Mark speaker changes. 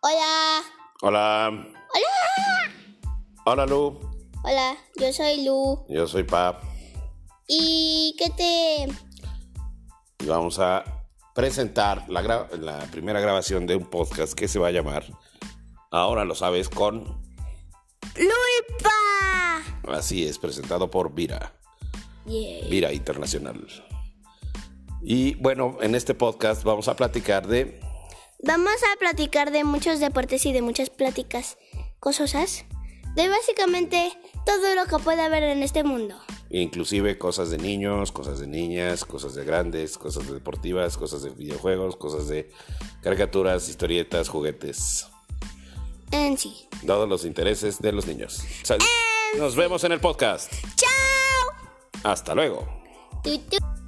Speaker 1: Hola.
Speaker 2: Hola.
Speaker 1: Hola.
Speaker 2: Hola, Lu.
Speaker 1: Hola, yo soy Lu.
Speaker 2: Yo soy Pap.
Speaker 1: ¿Y qué te...?
Speaker 2: Y vamos a presentar la, gra- la primera grabación de un podcast que se va a llamar Ahora lo sabes con.
Speaker 1: ¡Luipa!
Speaker 2: Así es, presentado por Vira.
Speaker 1: Yeah.
Speaker 2: Vira Internacional. Y bueno, en este podcast vamos a platicar de.
Speaker 1: Vamos a platicar de muchos deportes y de muchas pláticas cososas. De básicamente todo lo que puede haber en este mundo.
Speaker 2: Inclusive cosas de niños, cosas de niñas, cosas de grandes, cosas de deportivas, cosas de videojuegos, cosas de caricaturas, historietas, juguetes.
Speaker 1: En sí.
Speaker 2: Dados los intereses de los niños. Sal- Nos vemos en el podcast.
Speaker 1: ¡Chao!
Speaker 2: Hasta luego.
Speaker 1: Tu, tu.